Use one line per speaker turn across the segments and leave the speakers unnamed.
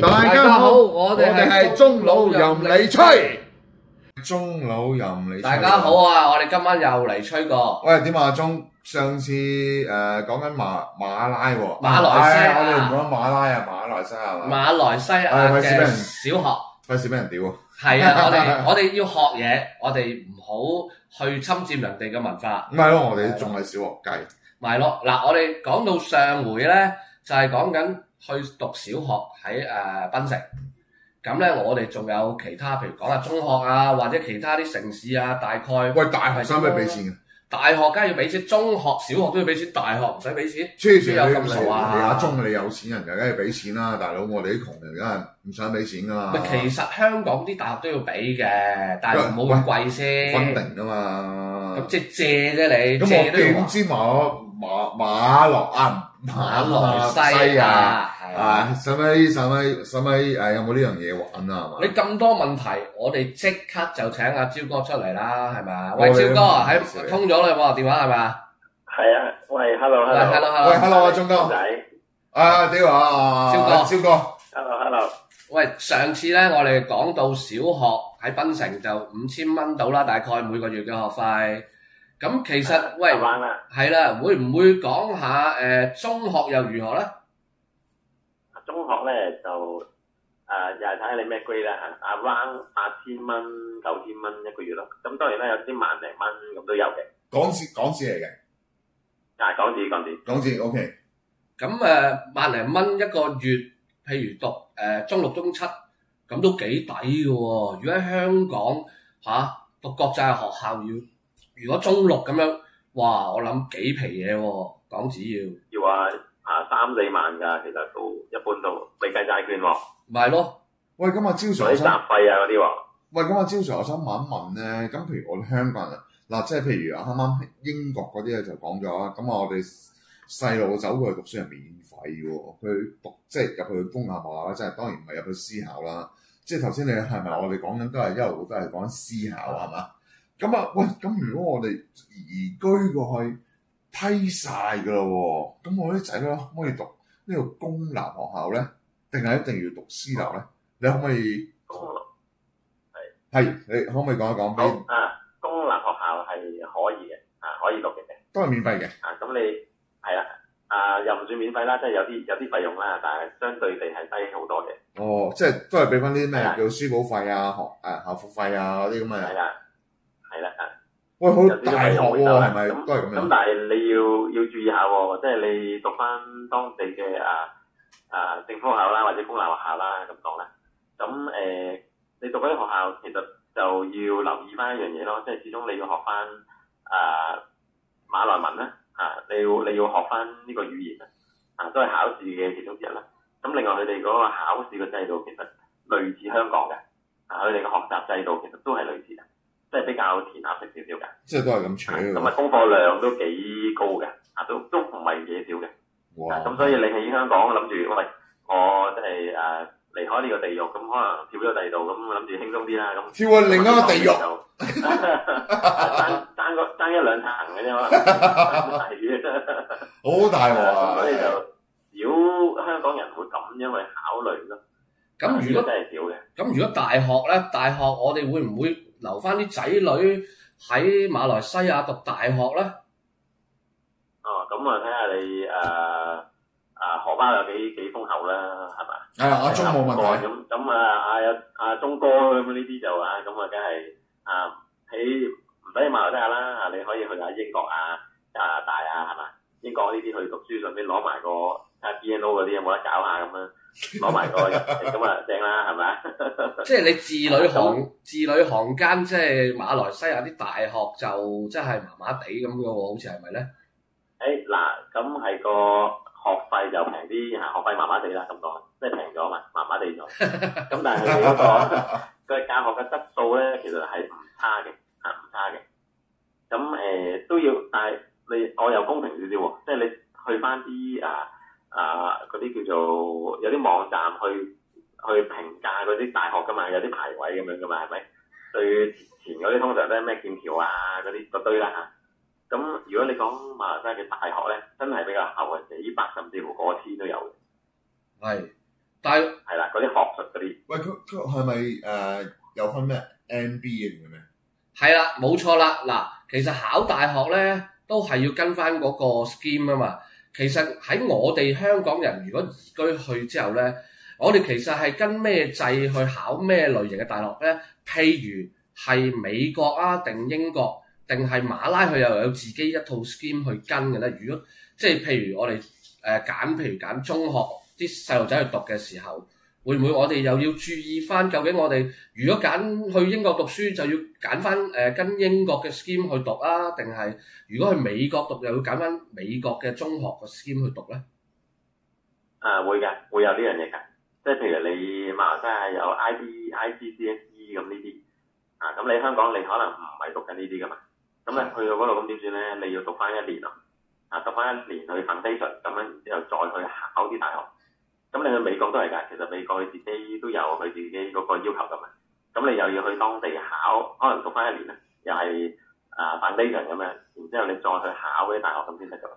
大家好，我哋係中老任你吹。
中佬任你。
大家好。啊！我哋今晚又嚟吹過
喂，點啊，鐘？上次誒、呃、講緊馬馬拉喎、
馬來西亞
哎我哋唔講馬拉啊，馬來西亞嘛，
馬來西亞
係咪
嘅
先
小學。
費事俾人屌啊！
係 啊，我哋我哋要學嘢，我哋唔好去侵佔人哋嘅文化，
唔係咯，我哋仲係小學雞，
咪咯。嗱，我哋講到上回咧，就係講緊去讀小學喺誒檳城。咁咧，我哋仲有其他，譬如講下中學啊，或者其他啲城市啊，大概
喂大學生咪俾錢嘅，
大學梗係要俾錢，中學、小學都要俾錢，大學唔使俾錢。
黐線
邊
你
有咁
咁
傻啊
你阿鐘你有錢人就梗係俾錢啦，大佬我哋啲窮人梗係唔想俾錢噶嘛，
咪其實香港啲大學都要俾嘅，但係唔好咁貴
分
先。
定噶嘛，
咁即係借啫，你
咁
借
我
都要
點
還
知馬馬馬來啊
馬來西亞。
啊？
係啊
啊，使咪使咪使咪誒有冇呢樣嘢玩啊？係
你
嘛？
咁多問題，我哋即刻就請阿招哥出嚟啦，係咪？
我
喂，
哋
招哥
都唔知
喺
事
通咗啦喎，電話係嘛？
係啊，喂
喂
，hello，hello，
喂
hello，hello，
，hello 啊，鐘哥。
仔
啊，屌啊！
超哥
啊超哥，
，hello，hello，
喂，上次咧我哋講到小學喺檳城就五千蚊到啦，大概每個月嘅學費。咁其實喂
慢。慢啦，
係啦，會唔會講下誒、呃中學又如何咧？
中學咧就誒又係睇下你咩 grade 啦嚇，around 八千蚊、九千蚊一個月咯。咁當然啦，有啲萬零蚊咁都有嘅。
港紙港紙嚟嘅，
啊，講字講字，
港紙 OK。
咁誒、呃、萬零蚊一個月，譬如讀誒、呃中六、中七，咁都幾抵嘅喎。如果喺香港嚇、讀國際學校要，如果中六咁樣，哇！我諗幾皮嘢喎，港紙要，
要話啊三四萬㗎，其實都一般都未計債券喎，
咪係咯，
喂，咁啊，招
仲有
常我
啲
想，
雜費啊嗰啲喎。
喂，咁啊，招常我想問一問咧，咁譬如我哋香港人嗱，即係譬如啊，啱啱英國嗰啲咧就講咗啦，咁啊，我哋細路走過去讀書係免費喎，佢讀即係入去公校學校啦，即係當然唔係入去私校啦。即係頭先你係咪我哋講緊都係一路都係講私校係嘛？咁啊，喂，咁如果我哋移居過去批晒㗎咯喎，咁我啲仔女可唔可以讀呢個公立學校咧？定係一定要讀私立咧？你可唔可以？
公立
係，你可唔可以講一講？
好啊，公立學校係可以嘅，啊可以讀嘅。
都係免費嘅。
啊，咁你係啦，啊又唔算免費啦，即係有啲有啲費用啦，但係相對地係低好多嘅，
哦，即係都係俾翻啲咩
係啊
叫書簿費啊、學誒校服費啊嗰啲咁
係
嘅。
啦，係啦，啊
喂，
有
好
啲
大
費
學
用會
喎，
收啦
係咪都係咁
咁
樣？
但係你要要注意下喎，即係你讀翻當地嘅啊啊政府學校啦，或者公立學校啦咁講啦，咁誒、呃你讀嗰啲學校其實就要留意翻一樣嘢咯，即係始終你要學翻啊馬來文啦，啊你要你要學翻呢個語言啊，啊都係考試嘅其中之一啦。咁另外佢哋嗰個考試嘅制度其實類似香港嘅，啊佢哋嘅學習制度其實都係類似嘅，即係比較填鴨式少少嘅。
即係都係咁扯
咁啊
嘅。
功課量都幾高嘅，啊都都唔係嘢少嘅，
哇！
啊咁所以你喺香港諗住，喂，我即係誒離開呢個地獄，咁可能跳咗第二度，咁諗住輕鬆啲啦，咁
跳去另一個地獄。
獄，爭爭個爭一兩層嘅啫，可能係嘅，
好大鑊
咁
啊
所！以就少香港人會咁樣去考慮咯，
咁如
呢個
果
真係少嘅。
咁如果大學咧，大學我哋會唔會留翻啲仔女喺馬來西亞讀大學咧？
哦，咁啊睇下你誒啊荷包有幾幾豐厚啦，係咪？
係啊，阿鐘冇問題。
咁咁啊，阿阿鐘哥咁呢啲就啊，咁啊，梗係啊喺唔使馬來西亞啦，啊你可以去下英國啊、加拿大啊，係嘛？英國呢啲去讀書，順便攞埋個啊 BNO 嗰啲有冇得搞下咁樣，攞埋個入籍咁啊正啦，係咪啊？
即係你字裏行字裏行間，即係馬來西亞啲大學就真係麻麻地咁嘅喎，好似係咪咧？
誒嗱，咁係個學費就平啲，啊嚇學費麻麻地啦，咁講，即係平咗嘛，麻麻地咗。咁但係佢哋嗰個。佢教學嘅質素咧，其實係唔差嘅，啊唔差嘅。咁誒、呃都要，但係你我又公平少少喎，即係你去翻啲啊啊嗰啲叫做有啲網站去去評價嗰啲大學噶嘛，有啲排位咁樣噶嘛，係咪？最前嗰啲通常都係咩劍橋啊嗰啲嗰堆啦嚇。咁如果你講馬來西亞嘅大學咧，真係比較厚嘅，幾百甚至乎過千都有嘅。
係但係
係啦，嗰啲學術嗰啲
喂，佢佢係咪誒有分咩 NB 定嘅咩？
係啦，冇錯啦。嗱，其實考大學咧都係要跟翻嗰個 scheme 啊嘛。其實喺我哋香港人如果移居去之後咧，我哋其實係跟咩制去考咩類型嘅大學咧？譬如係美國啊，定英國，定係馬拉，佢又有自己一套 scheme 去跟嘅咧。如果即係譬如我哋誒揀，譬如揀中學啲細路仔去讀嘅時候，會唔會我哋又要注意翻究竟我哋？如果揀去英國讀書，就要揀翻誒跟英國嘅 scheme 去讀啊，定係如果去美國讀，又要揀翻美國嘅中學嘅 scheme 去讀咧？
啊會嘅，會有呢樣嘢㗎。即係譬如你馬來西亞有 IB、ICCSE E 咁呢啲啊，咁你香港你可能唔係讀緊呢啲㗎嘛。咁你去到嗰度咁點算咧？你要讀翻一年咯，啊讀翻一年去 foundation，咁樣然之後再去考啲大學。咁你去美國都係㗎，其實美國佢自己都有佢自己嗰個要求㗎嘛。咁你又要去當地考，可能讀翻一年咧，又係啊 foundation 咁樣，然之後你再去考嗰啲大學咁先得㗎嘛。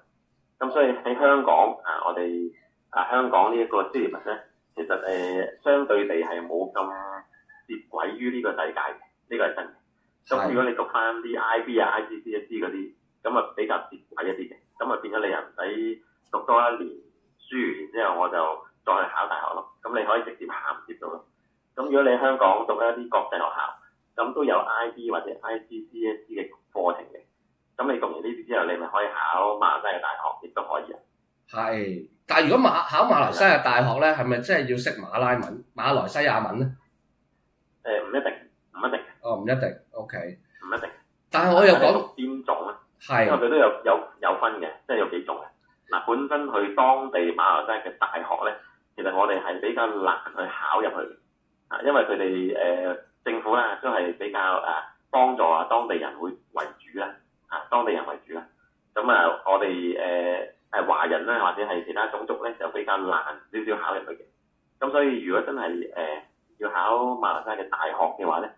咁所以喺香港啊，我哋啊香港呢一個專業咧，其實誒、呃相對地係冇咁接軌於呢個世界嘅，呢個係真嘅。咁
係
如果你讀翻啲 IB 啊、IGCSE 嗰啲，咁啊比較接軌一啲嘅，咁啊變咗你又唔使讀多一年書，然之後我就再去考大學咯。咁你可以直接銜接到咯。咁如果你喺香港讀一啲國際學校，咁都有 IB 或者 IGCSE E 嘅課程嘅。咁你讀完呢啲之後，你咪可以考馬來西亞大學，亦都可以啊。
係，但係如果馬考馬來西亞大學咧，係咪真係要識馬拉文、馬來西亞文咧？
誒、唔一定，唔一定，
哦，唔一定，OK。
唔一定。
但啊係我又
睇你
講
讀邊種咧？啊因為
係
佢都有有有分嘅，即係有幾種嘅。嗱，本身佢當地馬來西亞嘅大學咧，其實我哋係比較難去考入去嘅，啊，因為佢哋誒政府啦都係比較誒、啊、幫助啊當地人會為主啦，啊當地人為主啦。咁啊，我哋誒係華人啦，或者係其他種族咧，就比較難少少考入去嘅。咁所以如果真係誒、呃要考馬來西亞嘅大學嘅話咧，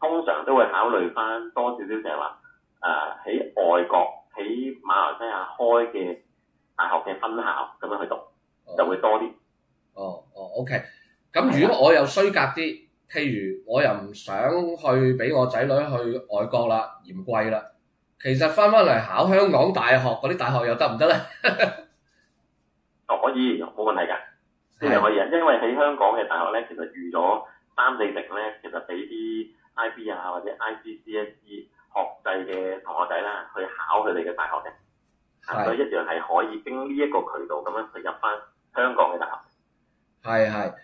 通常都會考慮翻多少少就係話。誒啊喺、外國喺馬來西亞開嘅大學嘅分校咁樣去讀，就會多啲。
哦哦，OK。咁如果我又衰格啲，譬如我又唔想去俾我仔女去外國啦，嫌貴啦，其實翻翻嚟考香港大學嗰啲大學又得唔得咧？
哦可以冇問題㗎，呢樣可以啊。因為喺香港嘅大學咧，其實預咗三四成咧，其實俾啲 IB 啊或者 IGCSE E 學制嘅同學仔啦，去考佢哋嘅大學嘅，啊
係
所以一樣係可以經呢一個渠道咁樣去入翻香港嘅大學。
係係，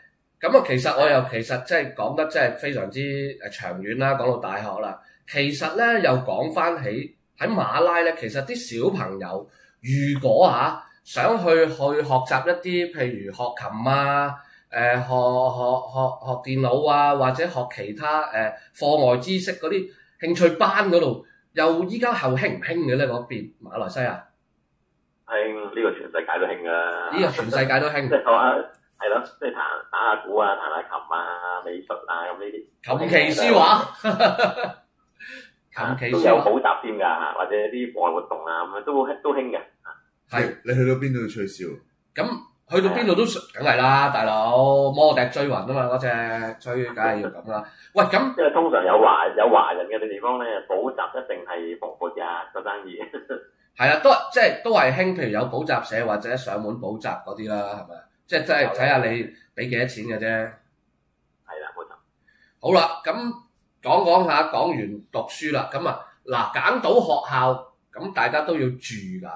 咁啊，其實我又其實即係講得真係非常之誒長遠啦，講到大學啦，其實咧又講翻起喺馬拉咧，其實啲小朋友如果嚇、啊想去去學習一啲譬如學琴啊、誒、學學學學電腦啊，或者學其他誒、課外知識嗰啲興趣班嗰度，又依家後興唔興嘅咧？嗰邊馬來西亞呢、
興呢個全世界都興㗎。
個全世界都興
即，係我啊，係咯，即係彈打下鼓啊，彈下琴啊，美術啊咁呢啲。
琴棋書畫，
啊
琴棋
都
書
有
畫。
補習添㗎，或者啲課外活動啊咁樣都都興嘅。
係
你你去到邊都要吹簫。
咁去到邊度都
啊
梗係啦，大佬摩笛追魂啊嘛，嗰只追梗係要咁啦。喂，咁
因為通常有華有華人嘅地方咧，補習一定係蓬勃㗎個生意。
係啦，都即係都係興，譬如有補習社或者上門補習嗰啲啦，係咪？即係即
啊
係睇下你俾幾多錢嘅啫。
係啦，冇錯。
好啦，咁講講下，講完讀書啦，咁啊嗱，揀到學校，咁大家都要住㗎，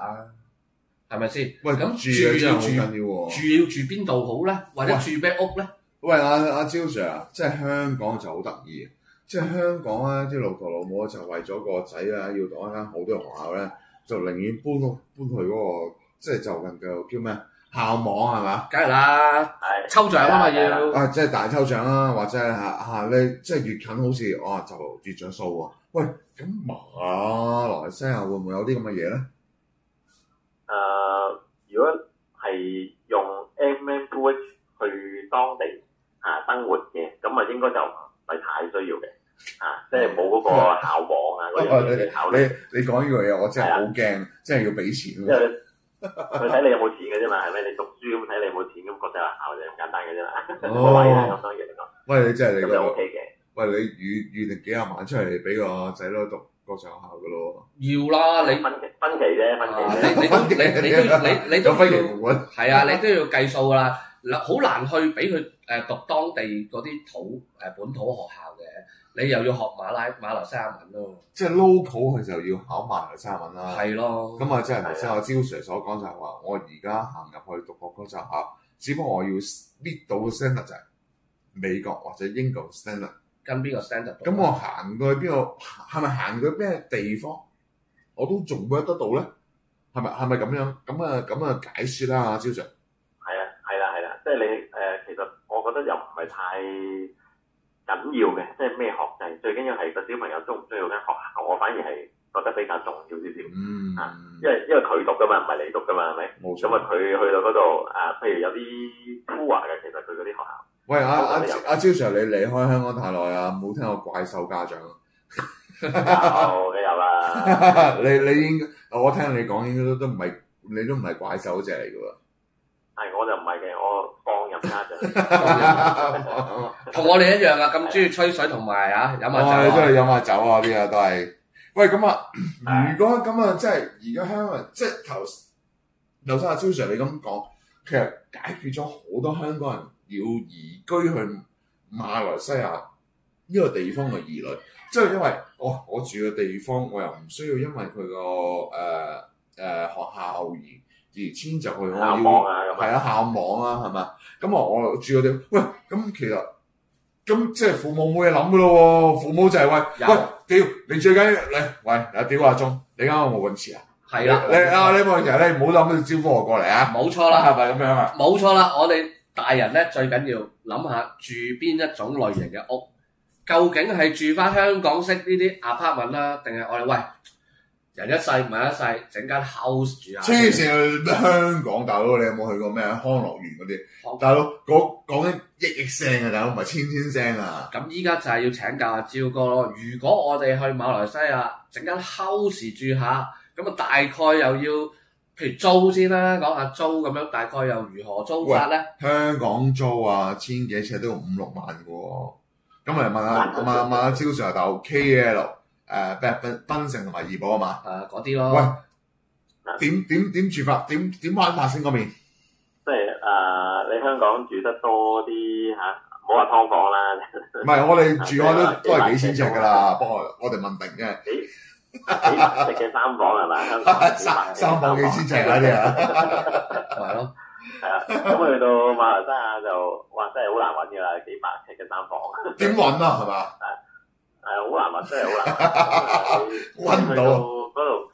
係咪先？
喂，
咁
住啊真係好緊
住
要
要住
喎。
住要住邊度好咧？或者住咩屋咧？
喂，阿阿蕉 Sir 啊，即係香港就好得意嘅，即係香港啊，啲老豆老母就為咗個仔啊，要讀一間好啲嘅學校咧，就寧願搬屋搬去嗰個，即係就能夠叫咩啊校網係嘛？
梗係啦，
係
抽獎啊嘛
係啦
要。
啊，即係大抽獎啦，或者係嚇嚇你，即係越近好似哦就越着數喎。喂，咁馬來西亞會唔會有啲咁嘅嘢咧？
誒，如果係用 MM2H 去當地啊生活嘅，咁啊應該就唔係太需要嘅。啊，即係冇嗰個校網啊嗰樣嘢去考慮。
哦你你講呢個嘢，我真係好驚，真係要俾錢
因
喎。
為佢睇你有冇錢嘅啫嘛，係咪？你讀書咁睇你有冇錢，咁國際啫啦，考就咁簡單嘅啫啦。
哦
我懷疑係咁多嘢嚟講，
喂，你真係你
咁就
個
OK 嘅。
喂，你預預定幾廿萬出嚟俾個仔女讀國際學校嘅咯
要啦，你
啊分期分期啫，分期
啊
啫。
你你都你你都你你
喎，有
都
分期
要。
付款，
係啊，你都要計數啦，嗱好難去俾佢誒讀當地嗰啲土誒本土學校嘅，你又要學馬拉馬來西亞文咯，
即係 local 佢就要考埋三文啦。
係咯，
咁啊，即係頭先阿招 Sir 所講就係話，我而家行入去讀國歌就校，只不過我要搣到個 standard 就係美國或者英國 standard。
跟邊個 standard 讀啊
咁我行過去邊個，係咪行過去咩地方，我都仲 work 得到咧？係咪係咪咁樣？咁啊咁啊解説啦，阿招 Sir。
係啊，係啦，係啦，即係你誒、呃其實我覺得又唔係太緊要嘅，即係咩學制，最緊要係個小朋友中唔中意嗰間學校，我反而係覺得比較重要少少，
嗯，
因為因為佢讀噶嘛，唔係你讀噶嘛，係咪？
冇
咁啊
錯。，
佢去到嗰度啊，譬如有啲 tour 啊嘅，其實佢嗰啲學校，
喂，阿阿阿招 Sir，你離開香港太耐啊，冇聽過怪獸家長。
有嘅有啦，
你你應該我聽你講應該都都唔係，你都唔係怪獸嗰只嚟㗎
係我就唔係嘅，我放任家長。
喎。
同我哋一樣啊，咁中意吹水同埋啊飲
哇！
下
哦你
酒
真
啊，
係飲下酒啊！啲啊都係。喂，咁啊，
係
如果咁啊，即係而家香港人，即係頭頭先阿招 Sir 你咁講，其實解決咗好多香港人要移居去馬來西亞呢個地方嘅疑慮，即係因為哦，我住嘅地方，我又唔需要因為佢個誒誒學校而而遷就佢，我
校
要
網。啊咁
係
啊，
啊，校網啊，係咪？咁啊，我住嗰啲，喂，咁其實咁即係父母冇嘢諗噶咯喎，父母就係
有
喂，喂，屌你最緊要你，喂，啊屌阿鐘，你啱啱冇揾錢啊？
係啦，
你啊你冇揾錢，你唔好諗住招呼我過嚟啊，
冇錯
好啦，
啦，
係咪咁樣啊？
冇錯啦，我哋大人咧最緊要諗下住邊一種類型嘅屋，究竟係住翻香港式呢啲 apartment 啦，定係我哋喂人一世唔係一世，整間 house 住下
黐
先。
線，香港大佬，你有冇去過咩康樂園嗰
康
啲？大佬講講緊億億聲啊，大佬唔係千千聲啊！
咁依家就係要請教阿招哥咯。如果我哋去馬來西亞整間 house 住下，咁啊大概又要譬如租先啦，講下租咁樣，大概又如何租法咧？
香港租啊，千幾尺都要五六萬嘅喎。咁嚟問下問下問下招 Sir 大佬 KL 誒咩檳檳城同埋怡保啊嘛？
誒嗰啲
喂
咯，，
點點點住法？點點玩法先嗰邊？
即係啊，你香港住得多啲嚇，唔好話劏 房啦，
唔係我
啊
哋住開都都係幾千尺㗎啦，不過我哋問定啫，
幾百尺嘅三房係咪？香 港幾百
三
尺嘅
三房幾千尺嗰啲啊，
係咯，
係啊，咁去到馬來西亞就哇，真係好難揾㗎啦，幾百尺嘅三房，
點揾啊？係嘛？
係啊好難揾，真係好難
揾
揾。
唔到啊！
嗰度，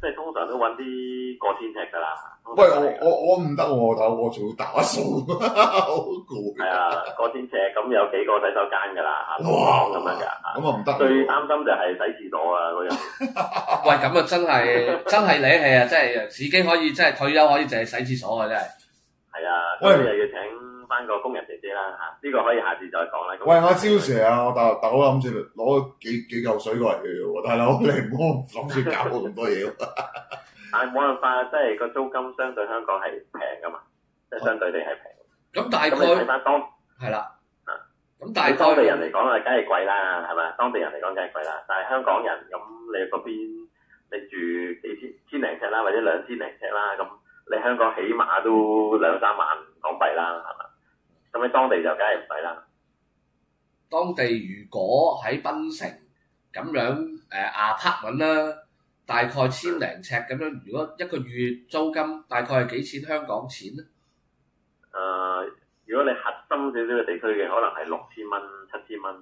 即係通常都揾啲過千尺㗎啦。通常
喂，我我我唔得喎，大佬，我做打掃， 好攰。
係啊，過千尺咁有幾個洗手間㗎啦，嚇，
哇
咁樣㗎。嚇
咁啊唔得喎。
最擔心就係洗廁所啊嗰樣，
喂咁啊真係 真係你氣啊！真係自己可以真係退休可以淨係洗廁所啊！真係
係啊，
喂
咁你又要請翻個工人姐姐啦嚇，呢個可以下次再講啦。咁
喂，阿招 Sir 啊，我大大佬諗住攞幾幾嚿水過嚟嘅喎，大佬你唔好諗住搞咁多嘢喎。
但係冇辦法，即係個租金相對香港係平㗎嘛，即係相對地係平。
咁大
咁你睇
概
翻當
係啦
啊，
咁大
當
概
地人嚟講啊，梗係貴啦，係咪？當地人嚟講梗係貴啦，但係香港人咁你嗰邊你住幾千千零尺啦，或者兩千零尺啦，咁你香港起碼都兩三萬港幣啦，係咪？咁喺當地就梗係唔使啦。
當地如果喺檳城咁樣誒 apartment 啦，大概千零尺咁樣，如果一個月租金大概係幾錢香港錢咧？
誒、啊如果你核心少少嘅地區嘅，可能係六千蚊、七千蚊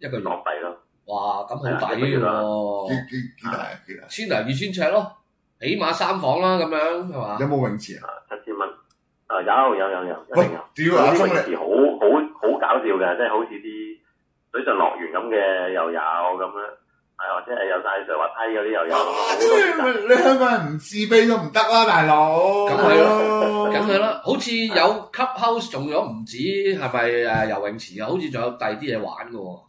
一個月，
港幣咯。
哇，咁
啊
好抵嘅喎，
幾幾
哦
幾大幾大？
千零二千尺咯，起碼三房啦咁樣係嘛？
有冇泳池啊？
啊，七千蚊。啊，有有有有，一
喂
定有。，
屌阿
嗰啲
鐘
泳
你
池好好好搞笑嘅，即係好似啲水上樂園咁嘅又有咁樣，係或者係有晒上滑梯嗰啲又有，
哇！
好多選擇
屌你香港人唔自卑都唔得啦，大佬。
咁係
咯
咁樣。啦，好似有 clubhouse 仲有唔止係咪誒游泳池啊？好似仲有第二啲嘢玩嘅喎。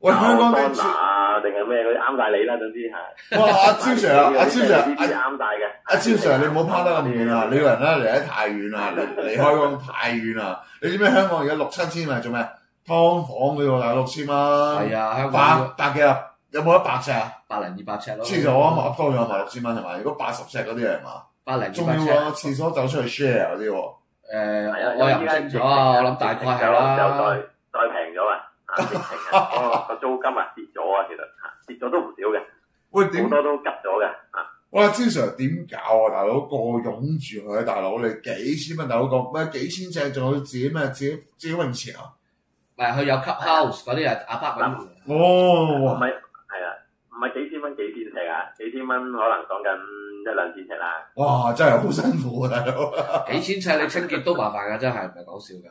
喂，香港
當
啲
拿啊定係咩嗰啲啱晒你啦，總之係。
哇，阿招 Sir 啊，阿招 Sir，
呢
阿
啲啱晒嘅。
阿超 Sir，你唔好 拋得咁遠啊啦！你個人咧離得太遠啦，離離開嗰個太遠啦！你知唔知香港而家六七千咪做咩？劏房嘅喎，大佬六千蚊，
係啊，香港
百百幾啊？有冇得百尺啊？
百零二百尺咯，
黐咗我啱啱噏多咗咪六千蚊係咪？如果八十尺嗰啲係嘛？
百零
仲
二
要
百
啊！
尺。
廁所走出去 share 嗰啲喎，
誒，
係啊
我我又唔清楚啊，我諗大概係啦
就。再再平咗啊！啊，疫情啊，嗰個租金啊跌咗啊，其實啊跌咗都唔少嘅，
喂點
好？多都急咗嘅。啊，
哇！招 Sir 點搞啊，大佬個擁住佢，大佬你幾千蚊，大佬講咩幾千尺，仲要自己咩自己自己泳池啊？
唔係佢有 club house 嗰啲係 apartment 嚟嘅。
唔
哦，
係係啊，唔係幾千蚊幾千尺啊，幾千蚊可能講緊一兩千尺啦。
哇！真係好辛苦啊，大佬。
幾千尺你清潔都麻煩㗎，真係唔係講笑㗎。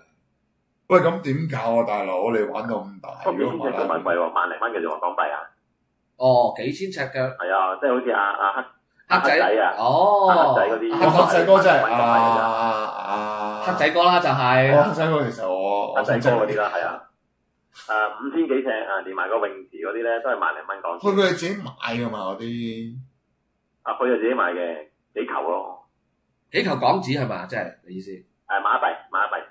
喂，咁點搞啊，大佬？你玩到咁大，
不哦過幾
如
千
果
尺都唔係貴
買
喎，萬零蚊嘅啫喎，港幣啊，
哦，幾千尺嘅
係啊，即係好似阿阿黑
黑仔
黑仔啊
哦，
黑仔嗰啲
我黑仔哥真係
買
啊
個幣㗎咋
啊！
黑仔哥啦就係
我黑仔哥其實我
黑
我
仔
哦想
哥
真
嗰啲啦，係啊，誒五千幾尺啊，連埋個泳池嗰啲咧都係萬零蚊
佢
港紙。
佢哋自己買㗎嘛嗰啲，
啊，佢就自己買嘅，幾球咯，
幾球港紙係嘛？即係你意思？
誒馬幣馬幣。
誒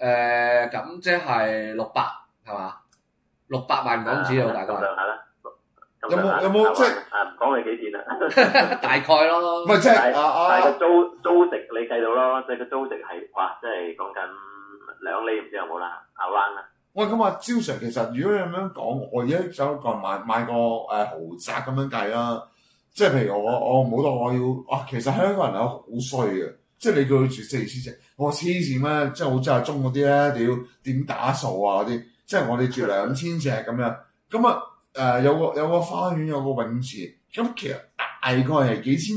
呃咁即係六百係嘛？六百萬港紙啊，大
咁
概
上下啦。咁
有冇
上下
有冇
啊
即係
啊？唔講你幾錢啦，
大概
唔
咯。
係即
但
係啊
但係
啊
個租租值你計到咯，即係個租值係哇，即係講緊兩厘唔知有冇啦，around 啦。
喂，咁啊，招 Sir 其實如果你咁樣講，我而家走去買買個誒豪宅咁樣計啦，即係譬如我我唔好當我要啊，其實香港人有好衰嘅，即係你叫佢住四千尺，我話黐線咩？即係好似阿中嗰啲咧，屌點打掃啊嗰啲，即係我哋住兩千尺咁樣，咁啊誒有個有個花園有個泳池，咁其實大概係幾千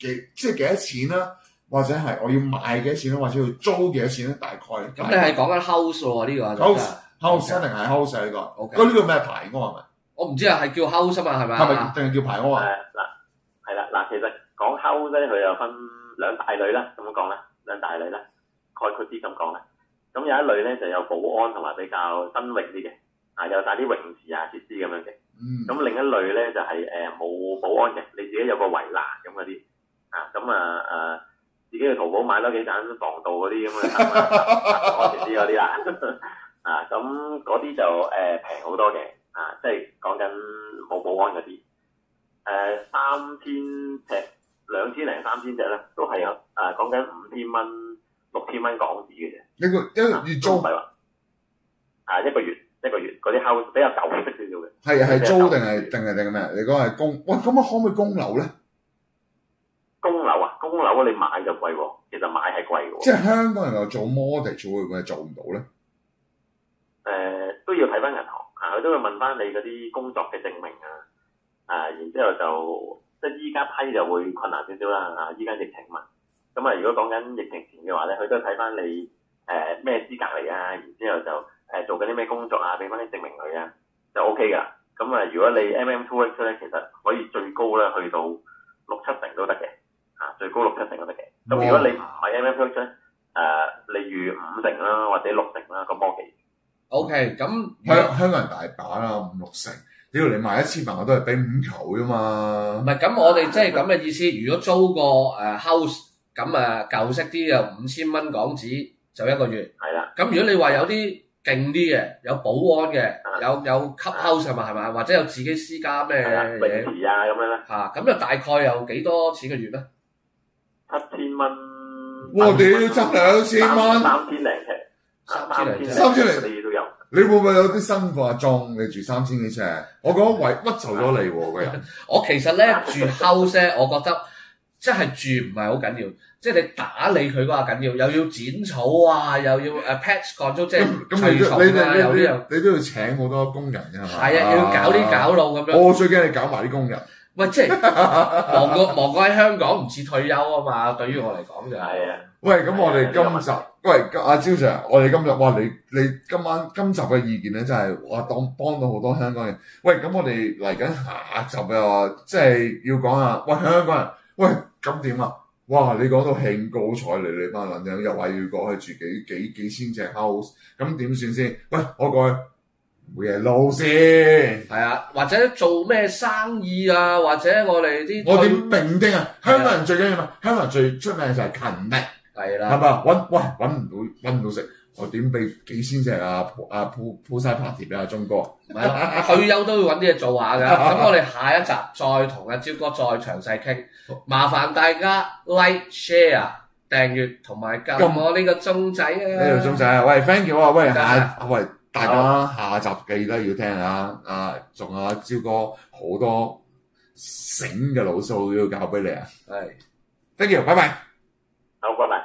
幾，即係幾多錢啦？或者係我要買幾多錢啦，或者要租幾多錢咧？大概
咁你係講緊 house 喎呢個就真
House
係。
house 一定係 house 啊呢個。
O K，
嗰呢個咩排屋係咪？
我唔知啊，係叫 house 啊嘛，係咪
係
啊
咪？定係叫排屋
誒
啊？
嗱，係啦嗱，其實講 house 咧，佢又分兩大類啦，咁樣講啦，兩大類啦，概括啲咁講啦。咁有一類咧就有保安同埋比較新穎啲嘅，啊有晒啲泳池啊設施咁樣嘅。
嗯，
咁另一類咧就係誒冇保安嘅，你自己有個圍欄咁嗰啲啊，咁啊誒自己去淘寶買多幾盞防盜嗰啲咁嘅安全啲嗰啲啦， 啊咁嗰啲就誒平好多嘅，啊即係講緊冇保安嗰啲，誒三千尺兩千零三千尺咧都係有啊講緊五千蚊六千蚊港紙嘅啫。
一個一個月
都唔
租
係話啊一個月一個月嗰啲 house 比較舊式少少嘅。
係
啊
係租定係定係定係咩？你講係供，喂咁啊可唔可以供樓咧？
供樓啊，供樓你買就貴喎，其實買係貴嘅喎。
即係香港人又做 mortgage 會唔會係做唔到咧？
誒、都要睇翻銀行啊，佢都會問翻你嗰啲工作嘅證明啊，啊，然之後就即係依家批就會困難少少啦，啊，依家疫情嘛，咁啊，如果講緊疫情前嘅話咧，佢都係睇翻你誒咩資格嚟啊，然之後就誒、做緊啲咩工作啊，俾翻啲證明佢啊，就 O K 㗎。咁啊，如果你 M M two X 咧，其實可以最高咧去到六七成都得嘅，啊，最高六七成都得嘅。咁如
哦
果你唔係 M M two X 咧，誒、例如五成啦，或者六成啦，個 mortgage。
？O K，咁
香香港人大把啦，五六成。屌你買一千萬我都係俾五球啫
唔
嘛。
係咁，我哋即係咁嘅意思。如果租個誒 house 咁啊舊式啲嘅五千蚊港紙就一個月。
係啦，
咁如果你話有啲勁啲嘅，有保安嘅，有有 club house 係咪係咪？或者有自己私家咩
係啦，
嘢
泳池啊咁樣啦，
嚇？咁就大概有幾多錢個月咧？
七千蚊。
哇屌爭兩千
三
蚊，
三千零尺，
三
三
千零尺
三千零
嗰啲都有。
你會唔會有啲辛苦啊？裝你住三千幾尺，我講為屈就咗你喎個人。
我其實咧住 house 咧，我覺得即係住唔係好緊要，即係你打理佢嗰下緊要，又要剪草啊，又要誒 pet control 即係
咁咁你
除
都你
蟲啊，有
你
啲又
你你都要請好多工人㗎嘛。
係啊，要搞啲搞路咁樣。
我最驚你搞埋啲工人。
喂，即係忙過忙過喺香港唔似退休啊嘛，對於我嚟講就
係啊，
喂，咁我哋今集，喂，阿招 Sir，我哋今集，哇，你你今晚今集嘅意見咧，真係哇，當幫到好多香港人。喂，咁我哋嚟緊下集啊，即係要講啊，喂，香港人，喂，咁點啊？哇！你講到興高採烈，你班撚樣又話要過去住幾幾幾千隻 house，咁點算先？喂，我過去冇嘢撈先。
係啊，或者做咩生意啊，或者我哋啲
我點並丁啊？香港人最緊要咩？香港人最出名就係勤力，
係
係
啦，
咪啊？揾喂揾唔到揾唔到食，我點俾幾千隻啊鋪啊鋪鋪晒 party 俾阿鐘哥？
咪咯退休都要揾啲嘢 做下㗎。咁我哋下一集再同阿招哥再詳細傾。麻煩大家 like、share、訂閱同埋撳我呢個鐘仔
呢度
啊！
鐘仔，喂 thank you 啊，喂下
得
喂大家下集記得要聽啊！啊，仲有阿招哥好多醒嘅老數要教俾你啊
係。
！thank you，拜拜。
好，拜拜。